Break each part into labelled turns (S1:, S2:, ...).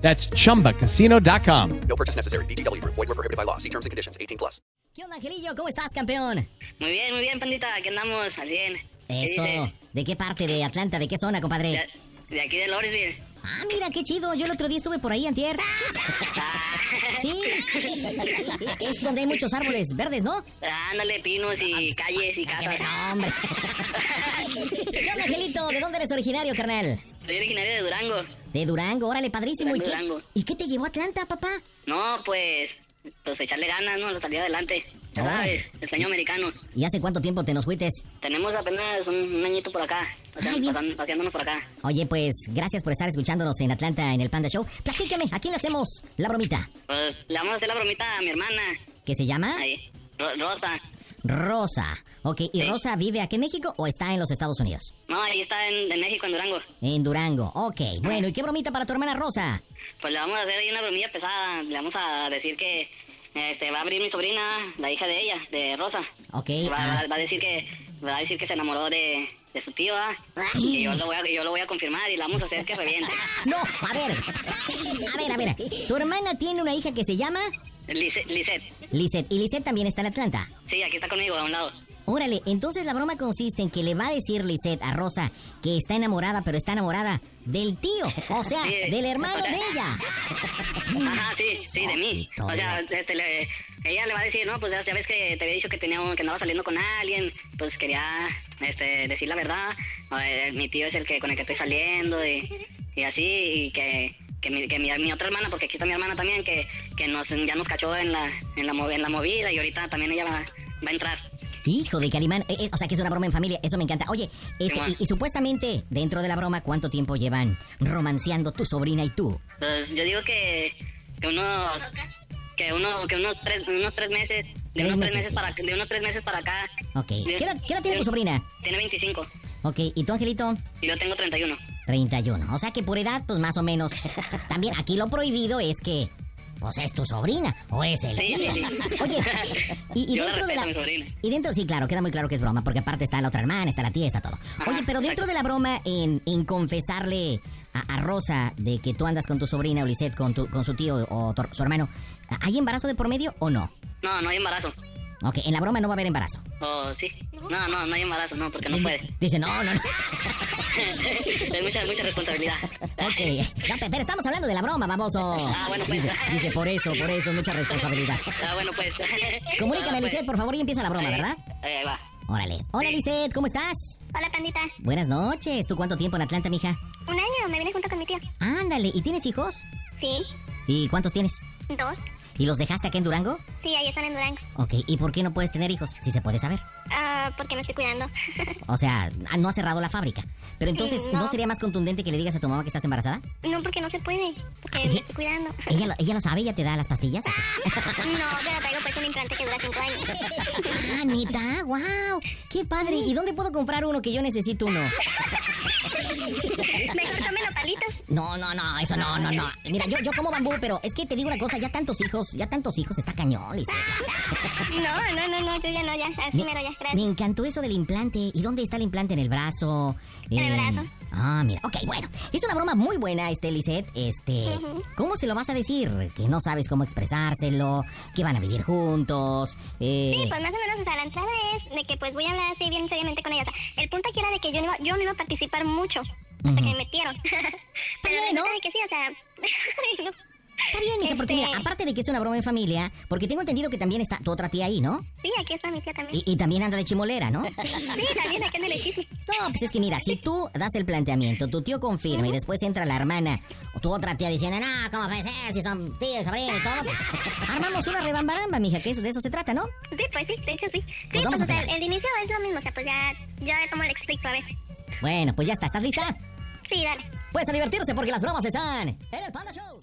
S1: That's chumbacasino.com.
S2: No purchase necessary. BGW. Void were prohibited by law. See terms and conditions. 18 plus.
S3: ¿Qué onda, Angelillo? ¿Cómo estás, campeón?
S4: Muy bien, muy bien, pandita, aquí andamos, al 100. ¿Qué
S3: Eso.
S4: dices?
S3: ¿De qué parte de Atlanta? ¿De qué zona,
S4: De,
S3: compadre?
S4: de aquí de Lawrenceville.
S3: Ah, mira, qué chido. Yo el otro día estuve por ahí, antier.
S4: Ah,
S3: Sí. Es donde hay muchos árboles verdes, ¿no?
S4: Ah, Ándale, pinos y calles y casas.
S3: No, hombre. ¿Qué onda, Angelito? ¿De dónde eres originario, carnal?
S4: Soy originario de Durango.
S3: De Durango. Órale, padrísimo. ¿Y qué,
S4: Durango.
S3: ¿Y qué te llevó a Atlanta, papá?
S4: No, pues, pues echarle ganas, ¿no? Lo salí adelante. Ya
S3: Órale.
S4: sabes, el sueño americano.
S3: ¿Y hace cuánto tiempo te nos fuites?
S4: Tenemos apenas un, un añito por acá, o sea,
S3: Ay, bien.
S4: pasan- paseándonos por acá.
S3: Oye, pues, gracias por estar escuchándonos en Atlanta en el Panda Show. Platícame, ¿a quién le hacemos la bromita?
S4: Pues le vamos a hacer la bromita a mi hermana,
S3: ¿Qué se llama?
S4: ahí, Ro- Rosa.
S3: Rosa. Ok, ¿y
S4: Sí.
S3: Rosa vive aquí en México o está en los Estados Unidos?
S4: No, ahí está en, en México, en Durango.
S3: En Durango. Ok, bueno, ¿y qué bromita para tu hermana Rosa?
S4: Pues le vamos a hacer ahí una bromilla pesada. Le vamos a decir que eh, se va a abrir mi sobrina, la hija de ella, de Rosa.
S3: Ok,
S4: Va,
S3: ah,
S4: va- va a decir que va a decir que se enamoró de, de su tío, ¿ah?
S3: Ay.
S4: Y yo lo voy a, yo lo voy a confirmar y la vamos a hacer que reviente.
S3: No, a ver. A ver, a ver. Tu hermana tiene una hija que se llama
S4: Lice- Lisette,
S3: Lisette. Y Lisette también está en Atlanta.
S4: sí, aquí está conmigo a un lado.
S3: Órale, entonces la broma consiste en que le va a decir Lisette a Rosa que está enamorada, pero está enamorada del tío, o sea,
S4: Sí.
S3: del hermano de ella.
S4: Ajá, sí, sí, de mí.
S3: Maldito
S4: O sea,
S3: Dios.
S4: este, le- ella le va a decir, no, pues ya sabes que te había dicho que tenía un- que andaba saliendo con alguien, pues quería este, decir la verdad. Eh, mi tío es el que con el que estoy saliendo y, y así, y que, que, mi, que mi, mi otra hermana, porque aquí está mi hermana también, que, que nos, ya nos cachó en la, en, la, mov- en la movida y ahorita también ella va, va a entrar.
S3: Hijo de Calimán, Eh, eh, o sea que es una broma en familia, eso me encanta. Oye, este,
S4: Simón.
S3: y, y supuestamente dentro de la broma, ¿cuánto tiempo llevan romanceando tu sobrina y tú?
S4: Pues yo digo que, que unos que uno que unos tres unos tres meses de
S3: Tres
S4: unos tres meses
S3: mesecitos.
S4: para de unos tres meses para acá
S3: Ok, ¿qué edad, qué edad tiene
S4: Eh.
S3: tu sobrina?
S4: tiene 25
S3: Ok, ¿y tú, Angelito?
S4: y yo tengo 31
S3: 31. O sea que por edad, pues más o menos. También aquí lo prohibido es que, pues es tu sobrina o es el
S4: Sí,
S3: tío.
S4: sí, sí.
S3: Oye, y, y
S4: Yo la
S3: dentro de
S4: respeto
S3: la...
S4: a mi sobrina.
S3: Y dentro, sí, claro, queda muy claro que es broma, porque aparte está la otra hermana, está la tía, está todo.
S4: Ajá,
S3: Oye, pero dentro de la broma, en, en confesarle a, a Rosa de que tú andas con tu sobrina o Lisette, con, tu- con su tío o tu- su hermano, ¿hay embarazo de por medio o no?
S4: no no hay embarazo
S3: Ok, en la broma no va a haber embarazo.
S4: oh sí no no no hay embarazo no porque no
S3: Dice-
S4: puede
S3: Dice, no, no, no.
S4: es mucha mucha responsabilidad
S3: Ok, no, pe- pero estamos hablando de la broma, baboso.
S4: Ah, bueno, pues.
S3: Dice, dice, por eso, por eso, mucha responsabilidad.
S4: ah bueno pues
S3: Comunícame,
S4: Bueno, pues.
S3: Lisette, por favor, y empieza la broma,
S4: Ahí-
S3: ¿verdad?
S4: ahí va
S3: Órale. Hola,
S4: Sí.
S3: Lisette, ¿cómo estás?
S5: Hola, pandita.
S3: Buenas noches. ¿Tú cuánto tiempo en Atlanta, mija?
S5: Un año, me vine junto con mi tío.
S3: Ándale, ¿y tienes hijos?
S5: Sí,
S3: ¿Y cuántos tienes?
S5: dos.
S3: ¿Y los dejaste aquí en Durango?
S5: Sí, ahí están en Durango.
S3: Ok, ¿y por qué no puedes tener hijos? Si se puede saber.
S5: Ah, porque me estoy cuidando.
S3: O sea, ah, no ha cerrado la fábrica. Pero entonces,
S5: Sí,
S3: ¿no,
S5: no.
S3: sería más contundente que le digas a tu mamá que estás embarazada?
S5: no, porque no se puede. Porque
S3: Oye.
S5: me estoy cuidando.
S3: ¿Ella lo, ella lo sabe? ¿Ella te da las pastillas?
S5: No, pero traigo pues un implante que dura cinco años.
S3: ah, neta, wow. Qué padre. ¿Y dónde puedo comprar uno que yo necesito uno?
S5: Mejor tome nopalitos.
S3: No, no, no, eso no, no, no. Mira, yo, yo como bambú, pero es que te digo una cosa, ya tantos hijos, ya tantos hijos está cañón, Lisette.
S5: No, no, no, no, yo ya no, ya. Así
S3: Me,
S5: mero ya,
S3: me
S5: gracias.
S3: encantó eso del implante. ¿Y dónde está el implante? ¿En el brazo?
S5: En el brazo.
S3: Ah, mira. Ok, bueno. Es una broma muy buena, este, Lisette. Este,
S5: Ujú.
S3: ¿cómo se lo vas a decir? Que no sabes cómo expresárselo, que van a vivir juntos. eh,
S5: Sí, pues más o menos, o sea, la entrada es de que pues voy a hablar así bien seriamente con ella. O sea, el punto aquí era de que yo no iba, yo no iba a participar mucho hasta
S3: Ujú.
S5: que me metieron. Pero
S3: bien, ¿no?
S5: resulta de que sí, o sea... ay, no.
S3: Está bien, mija, porque mira,
S5: Este-
S3: aparte de que es una broma en familia, porque tengo entendido que también está tu otra tía ahí, ¿no?
S5: Sí, aquí está mi tía también.
S3: Y, y también anda de chimolera, ¿no?
S5: Sí, también acá en el chisme.
S3: No, pues es que mira, si tú das el planteamiento, tu tío confirma y después entra la hermana o tu otra tía diciendo, no, ¿cómo puede ser? Si son tíos, sobrinos y todo, pues armamos una rebambaramba, mija, que eso- de eso se trata, ¿no?
S5: Sí, pues sí, de hecho sí. Sí,
S3: Pues
S5: pues,
S3: vamos a
S5: o sea,
S3: pegar.
S5: el inicio es lo mismo, o sea, pues ya, yo a ver cómo le explico, a ver.
S3: Bueno, pues ya está, ¿estás lista?
S5: Sí, dale.
S3: Pues a divertirse porque las bromas están en el Panda Show.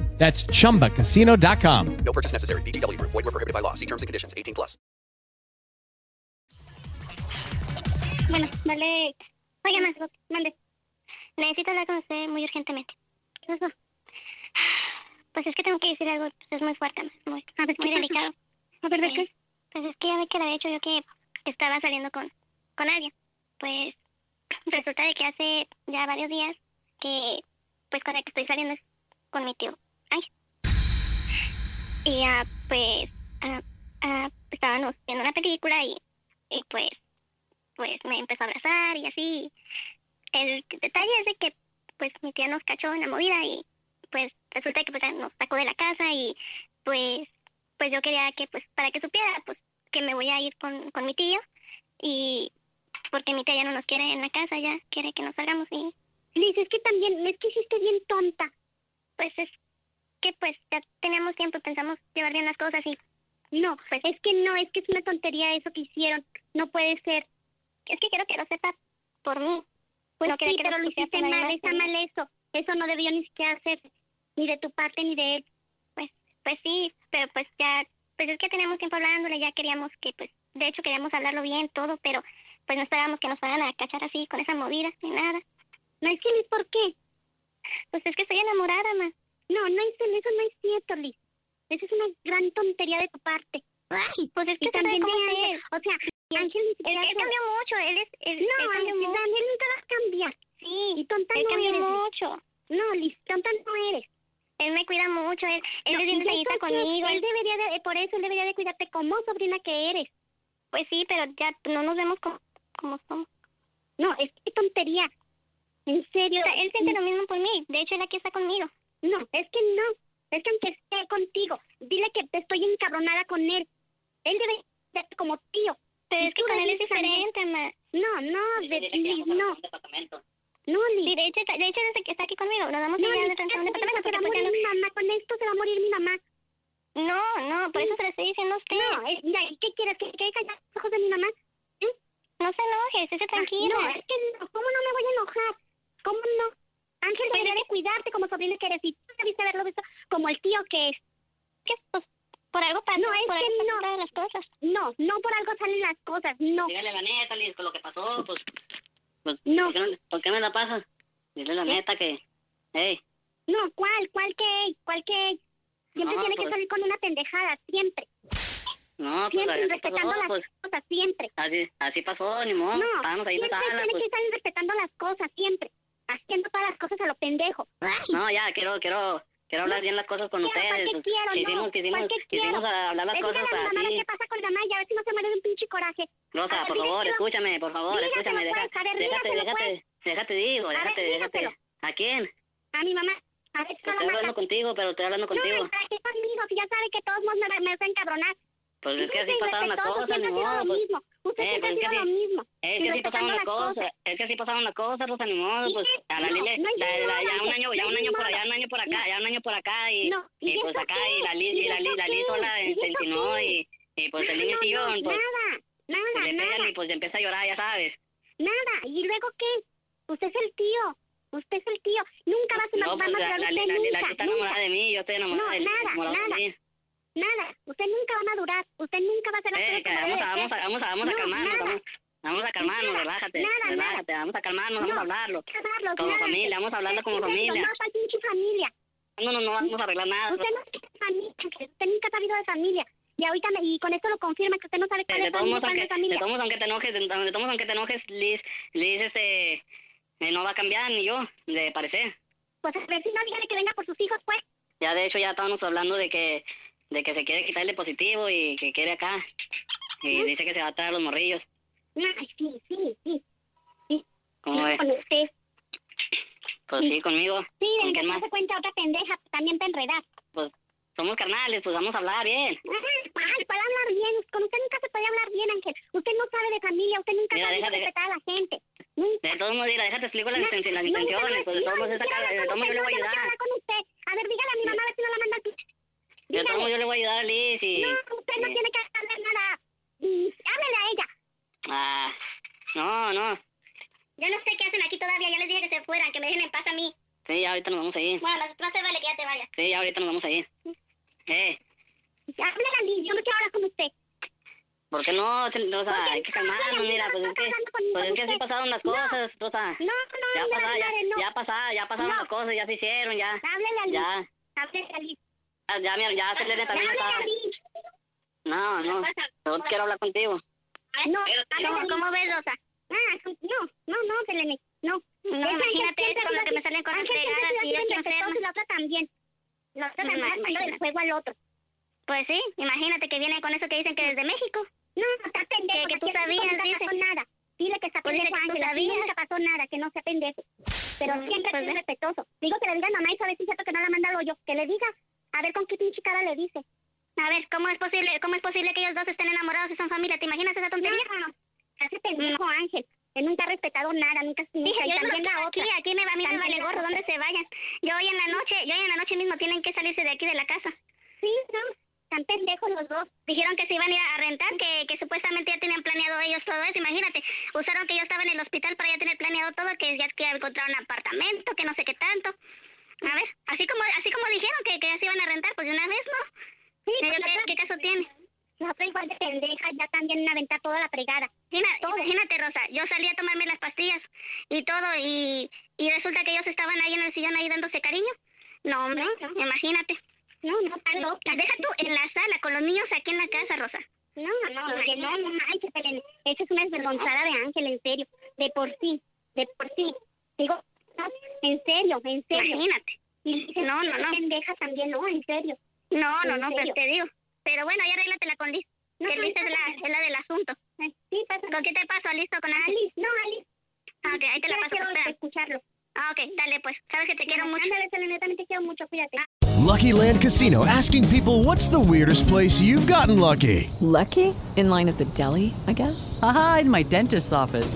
S1: That's chumbacasino.com.
S2: No purchase necessary. VGW Group. Void where prohibited by law. See terms and conditions. 18 plus.
S5: Bueno, dale. Oiga, ma, mande. Necesito hablar con usted muy urgentemente. ¿Qué pasó? Pues es que tengo que decir algo, pues es muy fuerte, ma, muy, ah, pues, muy delicado. ¿A ver, qué? Pues es que ya ve que le había dicho yo que estaba saliendo con, con alguien. Pues resulta de que hace ya varios días que, pues con el que estoy saliendo es con mi tío Ángel. Y ya, pues, ah, ah, estábamos viendo una película y, y pues pues me empezó a abrazar y así. El detalle es de que pues mi tía nos cachó en la movida y pues resulta que pues, nos sacó de la casa y pues pues yo quería que pues para que supiera pues que me voy a ir con, con mi tío y porque mi tía ya no nos quiere en la casa, ya quiere que nos salgamos y Liz, es que también, es que hiciste bien tonta. Pues es que pues ya teníamos tiempo y pensamos llevar bien las cosas y no, pues es que no, es que es una tontería eso que hicieron, no puede ser. Es que quiero que lo sepas por mí. Pues no sí, pero lo hiciste mal, está mal eso. Eso no debió ni siquiera hacerse, ni de tu parte ni de él. Pues, pues sí, pero pues ya, pues es que tenemos tiempo hablándole, ya queríamos que, pues, de hecho queríamos hablarlo bien, todo, pero pues no esperábamos que nos fueran a cachar así con esa movida, ni nada. No es que Liz, ¿por qué? Pues es que estoy enamorada, ma. No, no es eso, no es cierto, Liz. Esa es una gran tontería de tu parte. Pues es que también de él. O sea, Ángel ni siquiera. Él, cambió mucho, él es. no, Ángel, Ángel no te vas a cambiar. Sí, y tonta no cambió eres. mucho. No, Liz, tonta no eres. Él me cuida mucho, él, él es bien ceñita conmigo. Él debería de, por eso él debería de cuidarte como sobrina que eres. Pues sí, pero ya no nos vemos como, como somos. No, es que tontería. En serio. él siente lo mismo por mí. De hecho, él aquí está conmigo. No, es que no. Es que aunque esté contigo, dile que te estoy encabronada con él. Él debe ser como tío. Pero es que con él es diferente, ma. No, no, de, Liz, no. No, Liz. De hecho, de hecho, desde que está aquí conmigo, nos vamos a ir a un departamento. Se va a morir mi mamá. Con esto se va a morir mi mamá. No, no, por eso se lo estoy diciendo a usted. No, es- mira, ¿y ¿qué quieres? ¿Que caiga los ojos de mi mamá? ¿Eh? No se enojes, esté tranquilo. No, es que no, ¿cómo no me voy a enojar? ¿Cómo no? Ángel debería de cuidarte como sobrino que eres y tú debiste haberlo visto como el tío que es. ¿Qué? Pues por algo pasa, no, es por algo no. las cosas. No, no por algo salen las cosas, no.
S4: Dígale la neta, Liz, con lo que pasó, pues. pues
S5: No.
S4: ¿por, qué no- por qué me la pasas? Dile la neta que. Hey,
S5: No, ¿cuál? ¿Cuál que? ¿Cuál que? Siempre
S4: No,
S5: tiene que
S4: pues-
S5: salir con una pendejada, siempre.
S4: no, pues
S5: Siempre
S4: así
S5: respetando
S4: pasó,
S5: las
S4: pues.
S5: cosas, siempre.
S4: Así, así pasó, ni modo.
S5: No,
S4: Estábamos ahí
S5: siempre
S4: tocándola,
S5: tiene
S4: pues.
S5: que estar respetando las cosas, siempre. Haciendo todas las cosas a lo pendejo.
S4: No, ya, quiero, quiero, quiero hablar bien las cosas con
S5: Quiero,
S4: ustedes.
S5: ¿para qué
S4: pues,
S5: quiero?
S4: quisimos,
S5: No,
S4: quisimos,
S5: ¿para qué
S4: quisimos
S5: quiero?
S4: a- hablar las
S5: Dile
S4: cosas
S5: a la mamá a ver
S4: así.
S5: qué pasa con la mamá y a ver si no se muere de un pinche coraje.
S4: Rosa,
S5: A
S4: por
S5: ver,
S4: favor,
S5: dígaselo.
S4: escúchame, por favor,
S5: Dígaselo,
S4: escúchame, deja-
S5: pues, a ver,
S4: déjate,
S5: dígaselo,
S4: déjate, déjate, digo, Pues,
S5: ver,
S4: déjate, déjate.
S5: dígaselo.
S4: ¿A quién?
S5: A mi mamá. A ver si no
S4: Estoy
S5: la
S4: hablando
S5: mata.
S4: contigo, pero estoy hablando
S5: No,
S4: contigo.
S5: ¿para qué conmigo? Si ya sabe que todos modos me, me hacen cabronar.
S4: Pues es que así
S5: Siempre
S4: pasaron las
S5: irrespetuoso,
S4: cosas, ni
S5: siempre ha sido
S4: modo.
S5: lo
S4: pues,
S5: mismo. Usted
S4: Eh, pues es
S5: siempre ha
S4: que
S5: sido lo
S4: sí.
S5: mismo.
S4: Es que así
S5: respetando
S4: pasaron las
S5: las
S4: cosas,
S5: cosas.
S4: es que así pasaron las cosas, los animó, pues
S5: qué?
S4: a la
S5: No,
S4: Lili,
S5: no hay
S4: la-
S5: ningún
S4: la- ya
S5: modo,
S4: un año, ya
S5: no
S4: un
S5: hay
S4: año por allá,
S5: ningún
S4: un año por acá,
S5: No.
S4: ya un año por acá, y,
S5: No,
S4: y
S5: ¿y
S4: pues
S5: eso
S4: acá,
S5: qué?
S4: y la Liz,
S5: ¿Y
S4: y la
S5: eso
S4: Liz, la Liz
S5: qué?
S4: sola
S5: ¿Y
S4: se
S5: eso
S4: insinuó,
S5: qué?
S4: y, y pues el niño
S5: No,
S4: tío,
S5: no,
S4: pues
S5: Nada,
S4: pues,
S5: nada,
S4: le
S5: nada.
S4: pegan y pues empieza a llorar, ya sabes.
S5: Nada. ¿Y luego qué? Usted es el tío. Usted es el tío. Nunca va a se
S4: No,
S5: va a
S4: pues la,
S5: madurar
S4: la, la, la,
S5: usted
S4: la
S5: nunca,
S4: chica está
S5: nunca.
S4: enamorada de mí, yo estoy enamorada
S5: No,
S4: de él,
S5: nada,
S4: enamorado
S5: nada.
S4: de mí.
S5: Nada. Usted nunca va a madurar. Usted nunca va a hacer las
S4: Eh,
S5: cosas como
S4: vamos
S5: debe
S4: a,
S5: de
S4: vamos a,
S5: ser.
S4: vamos a, vamos a
S5: No,
S4: calmarnos,
S5: nada.
S4: vamos, vamos a calmarnos,
S5: Nada,
S4: relájate,
S5: nada, nada.
S4: relájate, vamos a calmarnos, vamos
S5: No.
S4: a hablarlo,
S5: Carlos,
S4: como
S5: nada.
S4: familia, vamos a hablarlo como
S5: Usted es
S4: familia.
S5: mamá para pinche familia.
S4: No, no, no vamos a arreglar nada.
S5: Usted no tiene familia, que usted nunca ha sabido de familia. Y ahorita me- y con esto lo confirma que usted no sabe
S4: Te-
S5: cuál
S4: de
S5: es
S4: todos
S5: familia,
S4: modos,
S5: cuál no
S4: aunque,
S5: es
S4: de
S5: familia.
S4: todos modos, aunque te enojes, de, de todos modos, aunque te enojes, Liz, Liz, este, eh, no va a cambiar ni yo, de parecer.
S5: Pues el vecino dígale que venga por sus hijos, pues.
S4: Ya de hecho ya estábamos hablando de que, de que se quiere quitar el dispositivo y que quiere acá. Y dice que se va a traer los morrillos.
S5: Ay, sí, sí, sí.
S4: ¿Cómo
S5: Sí,
S4: ves?
S5: con usted.
S4: Pues sí, conmigo.
S5: Sí,
S4: ¿Con
S5: venga,
S4: quién
S5: que
S4: más?
S5: se cuenta otra pendeja, también para enredar.
S4: Pues somos carnales, pues vamos a hablar bien.
S5: Ay, ay, para hablar bien. Con usted nunca se puede hablar bien, Ángel. Usted no sabe de familia, usted nunca
S4: Mira,
S5: sabe
S4: deja de-
S5: respetar a la gente. Nunca.
S4: De todos modos, mira, déjate explico las,
S5: No,
S4: inten- las
S5: no, yo no
S4: intenciones. Pues de todos modos,
S5: quiero
S4: esa cara- de
S5: hablar
S4: todos
S5: con
S4: modos yo le
S5: usted,
S4: voy a
S5: no, yo no quiero
S4: ayudar.
S5: hablar con usted. A ver, dígale a mi mamá a ver si no la manda al pi-
S4: De todos
S5: Dígale.
S4: modos yo le voy a ayudar a Liz y...
S5: No, usted no
S4: Sí.
S5: tiene que hablarle nada. Mm, Háblele a ella.
S4: Ah, no, no.
S5: Yo no sé qué hacen aquí todavía. Ya les dije que se fueran, que me dejen en paz a mí.
S4: Sí, ya ahorita nos vamos a ir.
S5: Bueno, no se vale que ya te vayas.
S4: Sí, ya ahorita nos vamos a ir. Eh,
S5: Háblele a Liz. Yo no quiero hablar con usted.
S4: ¿por qué no? Rosa, hay que calmarnos, mira, pues es que... Pues es que así
S5: no,
S4: pasaron las
S5: No.
S4: cosas, Rosa. Ya
S5: no, no,
S4: pasaron, ya,
S5: Lore, no.
S4: ya pasaron, ya pasaron
S5: No.
S4: las cosas, ya se hicieron, ya.
S5: Háblele a Liz.
S4: Ya,
S5: Háblele a Liz.
S4: ya, ya, mira, ya se le también
S5: Háblele
S4: está.
S5: a Liz.
S4: No, no, no quiero hablar contigo.
S5: No,
S4: Pero tú no, ¿cómo
S5: ves, Rosa? Ah, no, no, no, Selene, no. No,
S6: imagínate eso, con lo que me salen cosas pegadas y yo aquí enferma.
S5: La otra también. La otra
S6: No,
S5: también
S6: no,
S5: haciendo el
S6: imagínate.
S5: juego al otro.
S6: Pues sí, imagínate que viene con eso que dicen que desde México.
S5: No, está pendejo.
S6: que tú
S5: aquí en México
S6: sabías,
S5: nunca
S6: dice.
S5: pasó nada. Dile que está
S6: Pues dice
S5: pendejo,
S6: que tú
S5: Ángela. aquí
S6: sabías.
S5: Nunca pasó nada, que no sea pendejo. Pero
S6: Mm,
S5: siempre
S6: pues
S5: es
S6: ve.
S5: respetuoso. Digo que le diga a mamá eso, a ver si es cierto que no la manda al yo. Que le diga, a ver con qué pinche cara le dice.
S6: A ver, ¿cómo es posible, cómo es posible que ellos dos estén enamorados y son familia? ¿Te imaginas esa
S5: No,
S6: tontería?
S5: no, no. Hace pendejo, Ángel. Él nunca ha respetado nada, nunca... nunca. Y
S6: yo no
S5: también la
S6: quiero
S5: otra.
S6: aquí, aquí me va a mí me
S5: También
S6: vale
S5: la
S6: gorro
S5: otra.
S6: donde se vayan. Yo hoy en la noche, yo hoy en la noche mismo tienen que salirse de aquí de la casa.
S5: Sí, no, tan pendejos los dos.
S6: Dijeron que se iban a ir a rentar, que, que supuestamente ya tenían planeado ellos todo eso, imagínate. Usaron que yo estaba en el hospital para ya tener planeado todo, que ya que encontraron apartamento, que no sé qué tanto. A ver, así como así como dijeron que, que ya se iban a rentar, pues de una vez, ¿no?
S5: Sí,
S6: Yo
S5: pues,
S6: creo
S5: la
S6: que
S5: otra-
S6: caso tiene.
S5: La otra igual de pendeja, ya también aventá toda la fregada.
S6: Imagina-
S5: Todo.
S6: Imagínate, Rosa, yo salí a tomarme las pastillas y todo, y, y resulta que ellos estaban ahí en el sillón ahí dándose cariño. No, hombre, imagínate.
S5: No, no, está loca.
S6: Deja tú en la sala con los niños aquí en la casa, Rosa.
S5: No, no, no, que no, no manches, Belén. Esa es una desvergonzada de Ángel, en serio. De por sí, de por sí. Digo, no, en serio, en serio.
S6: Imagínate.
S5: Y dice,
S6: No, no, no.
S5: pendeja también, no, en serio.
S6: No, no,
S5: ¿En
S6: no,
S5: serio?
S6: pues te digo. Pero bueno, ya arréglatela con Liz.
S5: No,
S6: que
S5: no,
S6: Liz
S5: no,
S6: es la, es la del asunto.
S5: Ay, Sí, pasa.
S6: ¿Con qué te paso? ¿Listo con Ángel?
S5: Alice, no, Alice.
S6: Ah, ok, ahí te la
S5: ya
S6: paso.
S5: quiero
S6: espera.
S5: escucharlo.
S6: Ah, ok, dale pues. Sabes que te quiero mucho.
S5: Ándale, Selena, también te quiero mucho, cuídate.
S7: Lucky Land Casino asking people what's the weirdest place you've gotten lucky?
S8: Lucky? In line at the deli, I guess?
S9: Aha, in my dentist's office.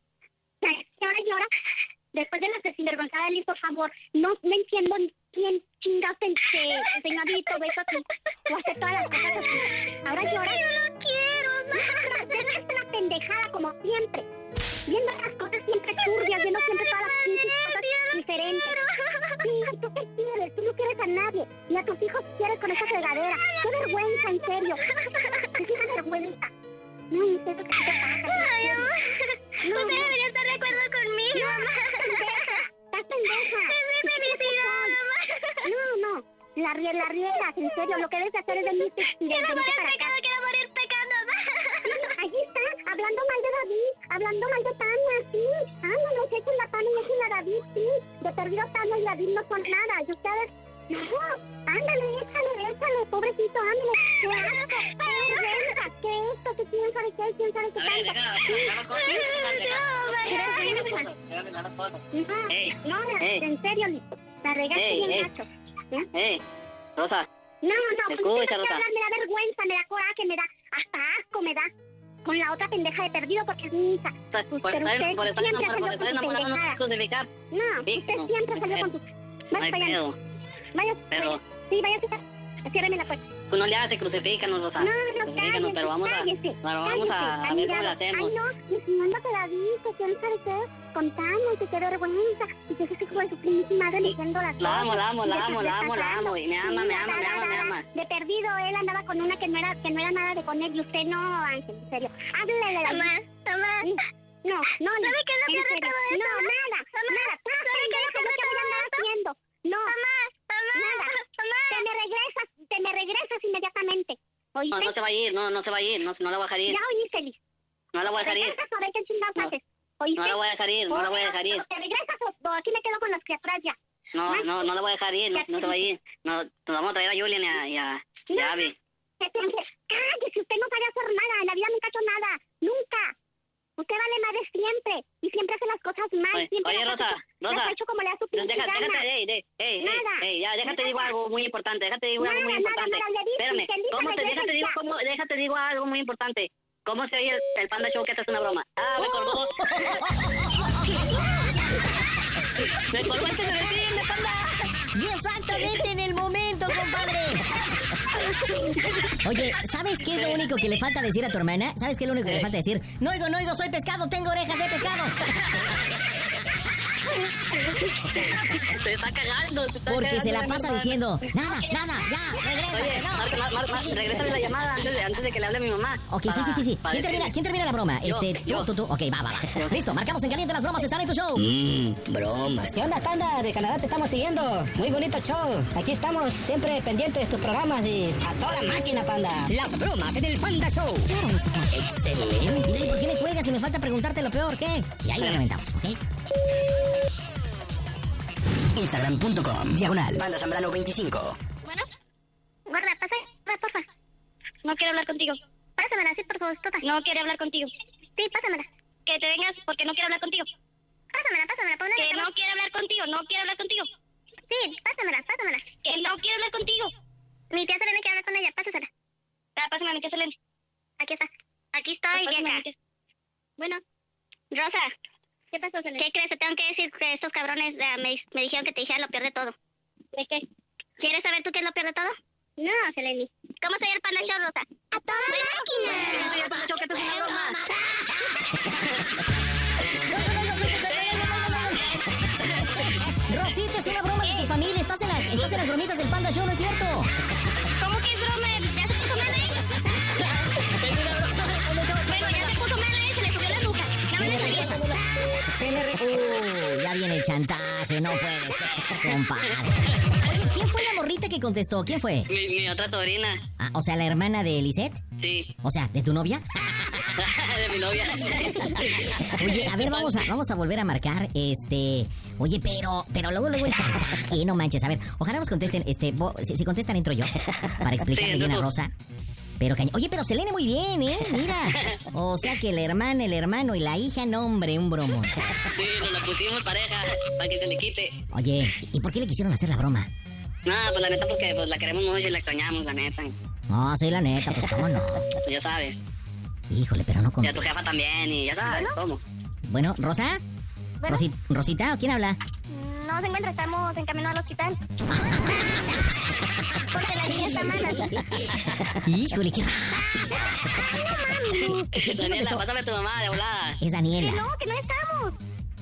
S5: ay, ahora y ahora, después de la desinvergonzada Liz, por favor, no no entiendo ni quién chingados te te enseñó a decir todo eso a ti, o a hacer todas las cosas así. Ahora y ahora. Yo no quiero, no. Dejaste la pendejada como siempre. Viendo las cosas siempre tú, esa fregadera. ¡Qué vergüenza, en serio! ¡Es una vergüenza! No, en serio, ¿qué te pasa?
S6: Ay, mamá.
S5: No,
S6: Usted
S5: no.
S6: debería estar de acuerdo conmigo,
S5: No,
S6: mamá.
S5: ¡Estás pendeja!
S6: Es mi felicidad, mamá.
S5: No, no. La rie- la riegas, en serio. Lo que debes de hacer es venirte y de-
S6: Quiero
S5: venirte
S6: morir
S5: para acá.
S6: pecado, quiero morir pecado, mamá.
S5: Sí, Allí está, hablando mal de David, hablando mal de Tania, sí. Ah, Ándale, que echen la Tania y echen la David, sí. De perdido Tania y David no son nada, y ustedes... No, ándale, échale, échale, pobrecito, ándale. Qué asco, qué vergüenza, qué esto, que quién sabe qué, quién sabe qué
S4: A ver,
S5: tanto.
S4: déjala,
S5: Sí,
S4: las cosas,
S5: sí,
S4: déjala
S5: sí,
S4: las
S5: sí,
S4: cosas, déjala las cosas.
S5: No,
S4: Ey,
S5: no, la-
S4: ey.
S5: en serio, Lito, la regaste
S4: Ey,
S5: bien
S4: ey.
S5: gacho.
S4: Ey, Rosa,
S5: No, no,
S4: Escucha,
S5: con usted
S4: Rosa.
S5: no quiero hablar, me da vergüenza, me da coraje, me da hasta asco, me da con la otra pendeja de perdido porque es mi hija.
S4: por por
S5: pero
S4: estar
S5: usted
S4: por estar
S5: siempre
S4: enamorado- por
S5: salió
S4: estar
S5: con su
S4: enamorado no
S5: pendejada.
S4: nos crucificar.
S5: No,
S4: Sí,
S5: usted
S4: no,
S5: siempre
S4: no
S5: salió
S4: hay
S5: con sus...
S4: No hay
S5: Vaya, vaya,
S4: pedo,
S5: vaya,
S4: pero
S5: sí, vaya, sí, ciérreme la puerta.
S4: tú no le haces, crucifícanos, Rosa.
S5: No, no,
S4: Crucifícanos, pero vamos a,
S5: cállese,
S4: pero vamos a, a ver cómo lo
S5: Ay,
S4: hacemos.
S5: no, insinuándote David, que quién sabe qué, con Tania, que qué vergüenza, y que ese hijo de su pinche madre leyendo las
S4: La amo,
S5: cosas,
S4: la amo,
S5: y
S4: la
S5: de que
S4: amo,
S5: se
S4: la
S5: está
S4: amo, la
S5: casando,
S4: amo, y me
S5: y
S4: ama, me
S5: da,
S4: ama, me
S5: da,
S4: ama, me
S5: da,
S4: ama.
S5: De perdido, él andaba con una que no era, que no era nada de con él, y usted no, Ángel, en serio, háblele, David.
S6: Mamá, mamá.
S5: Sí. No, no, no.
S6: ¿Sabe qué es lo
S5: en
S6: peor de
S5: serio.
S6: todo esto?
S5: No, nada,
S6: Mamá,
S5: nada. Tú,
S6: ¿sabe qué es lo
S5: pendeja,
S6: peor de
S5: yo te voy a
S6: todo
S5: andar
S6: esto?
S5: haciendo. No,
S6: Mamá, mamá,
S5: Nada.
S6: mamá.
S5: te me regresas, te me regresas inmediatamente. ¿Oíste?
S4: No, no se va a ir, no, no se va a ir, no, no la voy a dejar ir,
S5: Ya oí, feliz.
S4: no la voy a dejar ir,
S5: Regresas a ver qué chingados
S4: No.
S5: haces. ¿Oíste?
S4: no la voy a dejar ir, no la voy a dejar ir.
S5: O Te regresas o, o aquí me quedo con las criaturas ya.
S4: No, no, no la voy a dejar ir, no, no se va a ir. No, nos vamos a traer a Julian y a, y a, y a Abby.
S5: Que te- que- Cállese, usted no sabe hacer nada. En la vida nunca ha hecho nada. Nunca. Usted vale madre siempre. Y siempre hace las cosas mal.
S4: Oye,
S5: siempre
S4: oye,
S5: las
S4: Rosa,
S5: hace- las
S4: Rosa,
S5: ha hecho como le da su
S4: Deja-
S5: pinche gana.
S4: Déjate, ey, ey, ey,
S5: Nada.
S4: ey, ya, déjate digo algo muy importante, déjate digo algo muy
S5: Nada, nada,
S4: importante.
S5: nada, le dije,
S4: Espérame,
S5: que diga,
S4: ¿cómo te,
S5: regresa
S4: déjate
S5: y
S4: digo,
S5: ya.
S4: cómo, déjate digo algo muy importante. ¿Cómo se oye el, el panda show que esta es una broma? Ah, recordó. recordó este el que se defiende, panda.
S3: Y exactamente en el momento, compadre. Oye, ¿sabes qué es lo único que le falta decir a tu hermana? ¿Sabes qué es lo único que
S4: Eh.
S3: le falta decir? No oigo, no oigo, soy pescado, tengo orejas de pescado.
S4: Se está cagando, se está
S3: Porque
S4: cagando
S3: se la
S4: de
S3: pasa
S4: verdad.
S3: diciendo, nada, nada, ya,
S4: Oye,
S3: regresa.
S4: marca, mar, mar, mar- regrésale la llamada antes de, antes de que le hable mi mamá.
S3: Ok, sí, sí, sí, sí.
S4: para
S3: ¿Quién termina,
S4: decirle.
S3: ¿Quién termina la broma?
S4: Yo,
S3: este,
S4: yo.
S3: tú, tú, tú. Ok, va, va, va. Listo, marcamos en caliente las bromas, están en tu show.
S10: Mmm, bromas. ¿Qué onda, panda? De Canadá te estamos siguiendo. Muy bonito show. Aquí estamos siempre pendientes de tus programas y a toda máquina, panda.
S3: Las bromas en el Panda Show. Excelente. ¿Y por qué me cuelgas si me falta preguntarte lo peor, qué? Y ahí la reventamos, ¿ok?
S10: Instagram.com. Diagonal. Panda Zambrano 25.
S6: Bueno, guarda, pasa, va, porfa. No quiero hablar contigo. Pásamela, sí, por favor, tota. No quiero hablar contigo. Sí, pásamela. Que te vengas porque no quiero hablar contigo. Pásamela, pásamela, ponla Que no quiero hablar contigo, no quiero hablar contigo. Sí, pásamela, pásamela. Que no quiero hablar contigo. Mi tía Selene quiere hablar con ella, pásasela. Ah, pásame a mi tía Selene. Aquí está. Aquí estoy, vieja. Bueno. Rosa. ¿Qué pasó, Selene? ¿Qué crees? Te tengo que decir que estos cabrones eh, me, di- me dijeron que te dijera lo peor de todo. ¿De qué? ¿Quieres saber tú qué es lo peor de todo? No, Seleni. ¿Cómo se oye el panacho, Rosa? ¡A toda
S3: Rosita, es una broma de tu familia. Estás en, la- estás en las bromitas del Panda Show, ¿no es cierto?
S6: ¿Cómo que es broma? ¿Ya se puso mal eh? Bueno, ya se puso mal eh, se le subió la nuca. No me
S3: Se me re... Uh, ya viene el chantaje, no puede ser, compadre. Oye, ¿quién fue la morrita que contestó? ¿Quién fue?
S4: Mi, mi otra sobrina,
S3: Ah, o sea, la hermana de Lisette.
S4: sí,
S3: O sea, ¿de tu novia?
S4: de mi novia.
S3: Oye, a ver, vamos a, vamos a volver a marcar, este... Oye, pero, pero luego, luego el chantaje, no manches. A ver, ojalá nos contesten, este... bo- Si, si contestan, entro yo, para explicarle
S10: Sí,
S3: bien a
S10: tú.
S3: Rosa. Pero caña- Oye, pero Selene muy bien, ¿eh? Mira. O sea que la hermana, el hermano y la hija, no, hombre, un bromón.
S4: Sí, nos la pusimos pareja para que se le quite.
S3: Oye, ¿y por qué le quisieron hacer la broma?
S4: No, pues la neta porque pues, la queremos mucho y la extrañamos, la neta.
S3: No, soy la neta, pues cómo no.
S4: Pues ya sabes.
S3: Híjole, pero no
S4: Y a
S3: con...
S4: tu jefa también y ya sabes cómo.
S3: Bueno, ¿Rosa?
S6: Bueno.
S3: Rosi- ¿Rosita o quién habla?
S6: No se encuentra, estamos en camino al hospital. Porque la niña está mala.
S3: Híjole, qué raro.
S4: Daniela, pásame a tu mamá de volada.
S3: Es Daniela.
S6: que no estamos.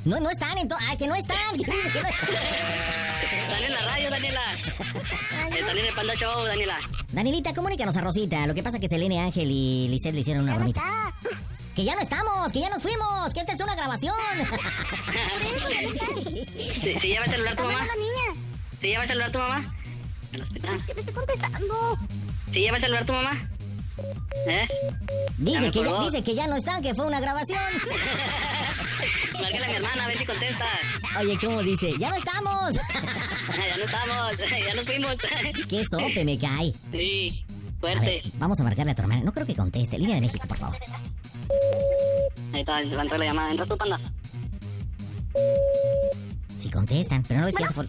S3: No, no están, entonces... Ah, que no están. que dice que no están.
S4: Daniela, radio, Daniela.
S6: Ay,
S4: Están en el Panda Show, Daniela.
S3: Danielita, comunícanos a Rosita. Lo que pasa es que Selene, Ángel y Lisette le hicieron una bromita. Que ya no estamos, que ya nos fuimos, que esta es una grabación.
S4: ¿Sí, sí lleva el celular tu mamá? ¿Sí lleva el celular tu mamá? Al hospital.
S5: ¿Qué me está contestando?
S4: ¿Sí lleva el celular tu mamá? ¿Eh?
S3: Dice
S4: me
S3: que, ya,
S4: colgó.
S3: dice que ya no están, que fue una grabación.
S4: Márcale a mi hermana, a ver si contesta.
S3: Oye, ¿cómo dice? Ya no estamos.
S4: ya no estamos, ya nos fuimos.
S3: Qué sope me cae.
S4: Sí,
S3: A
S4: fuerte.
S3: ver, vamos a marcarle a tu hermana. No creo que conteste. Línea de México, por favor.
S4: Ahí está, va a entrar la llamada. Entra tu panda.
S3: Si contestan, pero no ves que ya se fue-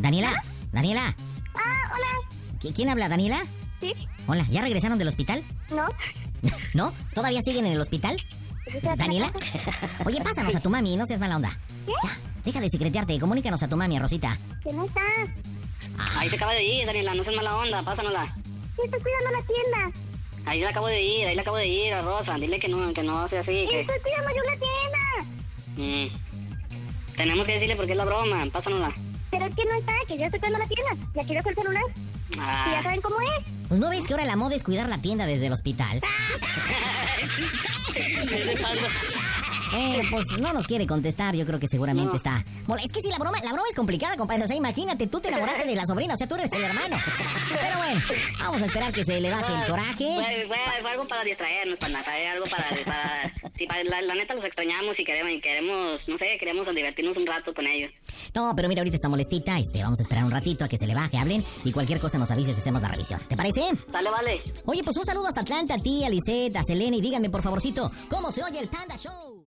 S3: Daniela, Daniela.
S5: Ah, hola.
S3: ¿qui- ¿Quién habla, Daniela?
S5: ¿Sí?
S3: Hola, ¿ya regresaron del hospital?
S5: ¿No?
S3: ¿No? ¿Todavía siguen en el hospital? ¿Daniela? Oye, pásanos a tu mami, no seas mala onda. Ya, deja de secretearte, comunícanos a tu mami, a Rosita.
S5: ¿Qué no está?
S4: Ahí se acaba de ir, Daniela, no seas mala onda, pásanosla.
S5: Sí, estoy cuidando la tienda.
S4: Ahí la acabo de ir, ahí la acabo de ir a Rosa. Dile que no, que no sea así. Que,
S5: Estoy cuidando yo la tienda.
S4: Mm. Tenemos que decirle porque es la broma, pásanosla.
S5: Pero es que no está, que yo estoy cuidando la tienda. Y aquí dejo el celular. Y ya
S4: Ah.
S5: saben cómo es.
S3: Pues no ves que ahora la moda es cuidar la tienda desde el hospital.
S4: Ese panda.
S3: Eh, pues no nos quiere contestar, yo creo que seguramente
S4: No.
S3: está. Mola, es que si la broma, la broma es complicada, compadre. O sea, imagínate, tú te enamoraste de la sobrina, o sea, tú eres el hermano. Pero bueno, vamos a esperar que se le baje el coraje.
S4: Ah, Fue, fue- fue algo para distraernos, panda, fue algo para... para sí, para- la, la neta los extrañamos y queremos, y queremos, no sé, queremos divertirnos un rato con ellos.
S3: No, pero mira, ahorita está molestita, este, vamos a esperar un ratito a que se le baje, hablen y cualquier cosa nos avises, hacemos la revisión. ¿Te parece?
S4: Dale, vale.
S3: Oye, pues un saludo hasta Atlanta, a ti, a Lisette, a Selena y díganme por favorcito, ¿cómo se oye el Panda Show?